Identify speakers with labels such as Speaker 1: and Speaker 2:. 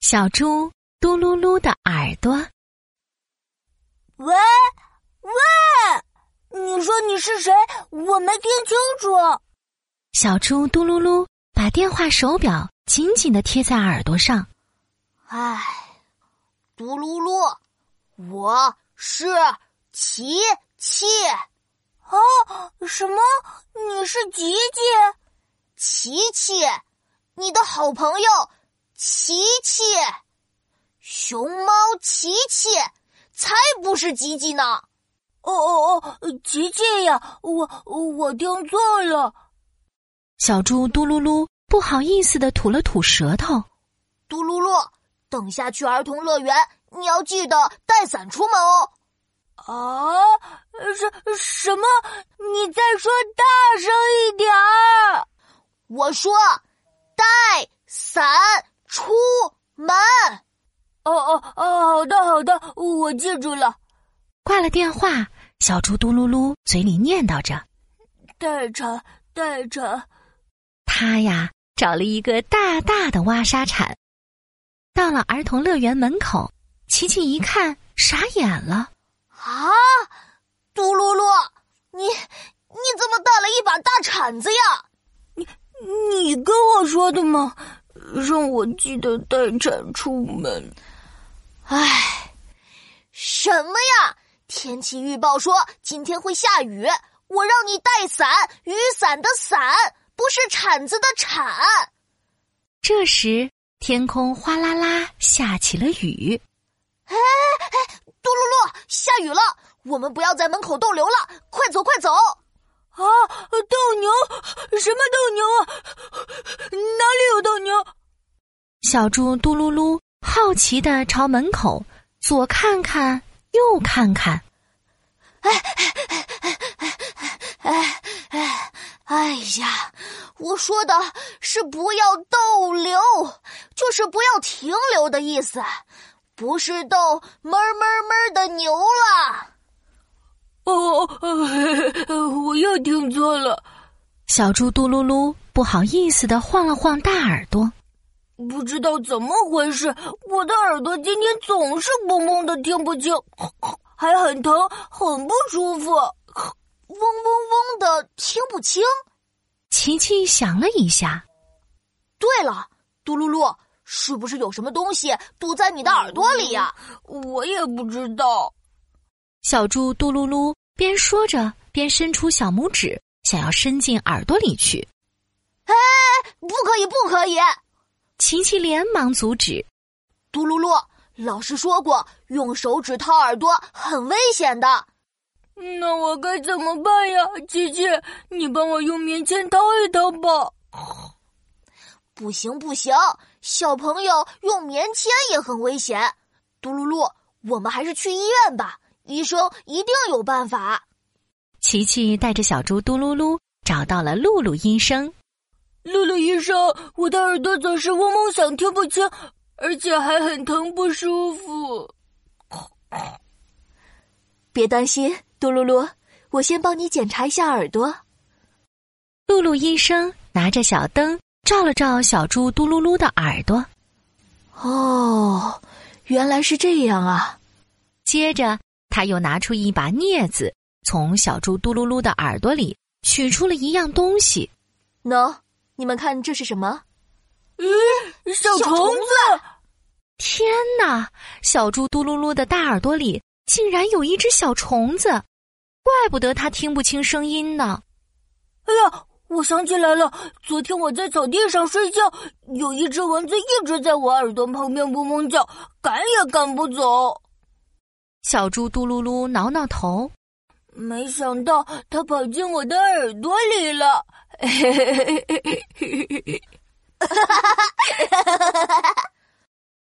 Speaker 1: 小猪嘟噜噜的耳朵。
Speaker 2: 喂喂，你说你是谁？我没听清楚。
Speaker 1: 小猪嘟噜噜把电话手表紧紧的贴在耳朵上。
Speaker 2: 唉，嘟噜噜，我是琪琪。哦，什么？你是琪琪？琪琪，你的好朋友琪琪，熊猫琪琪才不是吉吉呢！哦哦哦，琪琪呀，我我听错了。
Speaker 1: 小猪嘟噜噜不好意思的吐了吐舌头。
Speaker 2: 嘟噜噜，等下去儿童乐园，你要记得带伞出门哦。啊，什什么？你再说大声一点儿！我说，带伞出门。哦哦哦，好的好的，我记住了。
Speaker 1: 挂了电话，小猪嘟噜噜嘴里念叨着。
Speaker 2: 带铲带铲，
Speaker 1: 他呀找了一个大大的挖沙铲，到了儿童乐园门口，琪琪一看傻眼了。
Speaker 2: 啊，嘟噜噜，你你怎么带了一把大铲子呀？你你跟我说的吗？让我记得带铲出门。唉，什么呀？天气预报说今天会下雨，我让你带伞，雨伞的伞，不是铲子的铲。
Speaker 1: 这时，天空哗啦啦下起了雨。
Speaker 2: 嘟噜噜，下雨了，我们不要在门口逗留了，快走快走！啊，斗牛？什么斗牛啊？哪里有斗牛？
Speaker 1: 小猪嘟噜噜好奇的朝门口左看看，右看看。
Speaker 2: 哎哎哎呀！我说的是不要逗留，就是不要停留的意思。不是斗哞哞哞的牛了。哦， 我又听错了。
Speaker 1: 小猪嘟噜噜不好意思的晃了晃大耳朵。
Speaker 2: 不知道怎么回事，我的耳朵今天总是嗡嗡的听不清， 还很疼，很不舒服， 嗡嗡嗡的听不清。
Speaker 1: 琪琪想了一下，
Speaker 2: 对了，嘟噜噜，是不是有什么东西堵在你的耳朵里呀、我也不知道。
Speaker 1: 小猪嘟噜噜边说着边伸出小拇指，想要伸进耳朵里去。
Speaker 2: 不可以，不可以！
Speaker 1: 琪琪连忙阻止。
Speaker 2: 嘟噜噜，老师说过，用手指掏耳朵很危险的。那我该怎么办呀，琪琪？你帮我用棉签掏一掏吧。不行不行，小朋友用棉签也很危险。嘟噜噜，我们还是去医院吧，医生一定有办法。
Speaker 1: 琪琪带着小猪嘟噜噜找到了露露医生。
Speaker 2: 露露医生，我的耳朵总是嗡嗡响，听不清，而且还很疼，不舒服。别担心，嘟噜噜，我先帮你检查一下耳朵。
Speaker 1: 露露医生拿着小灯照了照小猪嘟噜噜的耳朵，
Speaker 2: 哦，原来是这样啊！
Speaker 1: 接着他又拿出一把镊子，从小猪嘟噜噜的耳朵里取出了一样东西。
Speaker 2: 喏，你们看这是什么？咦，小
Speaker 3: 虫
Speaker 2: 子！
Speaker 1: 天哪！小猪嘟噜噜的大耳朵里竟然有一只小虫子，怪不得它听不清声音呢。
Speaker 2: 哎呀，我想起来了，昨天我在草地上睡觉，有一只蚊子一直在我耳朵旁边嗡嗡叫，赶也赶不走。
Speaker 1: 小猪嘟噜噜挠挠头，
Speaker 2: 没想到它跑进我的耳朵里了。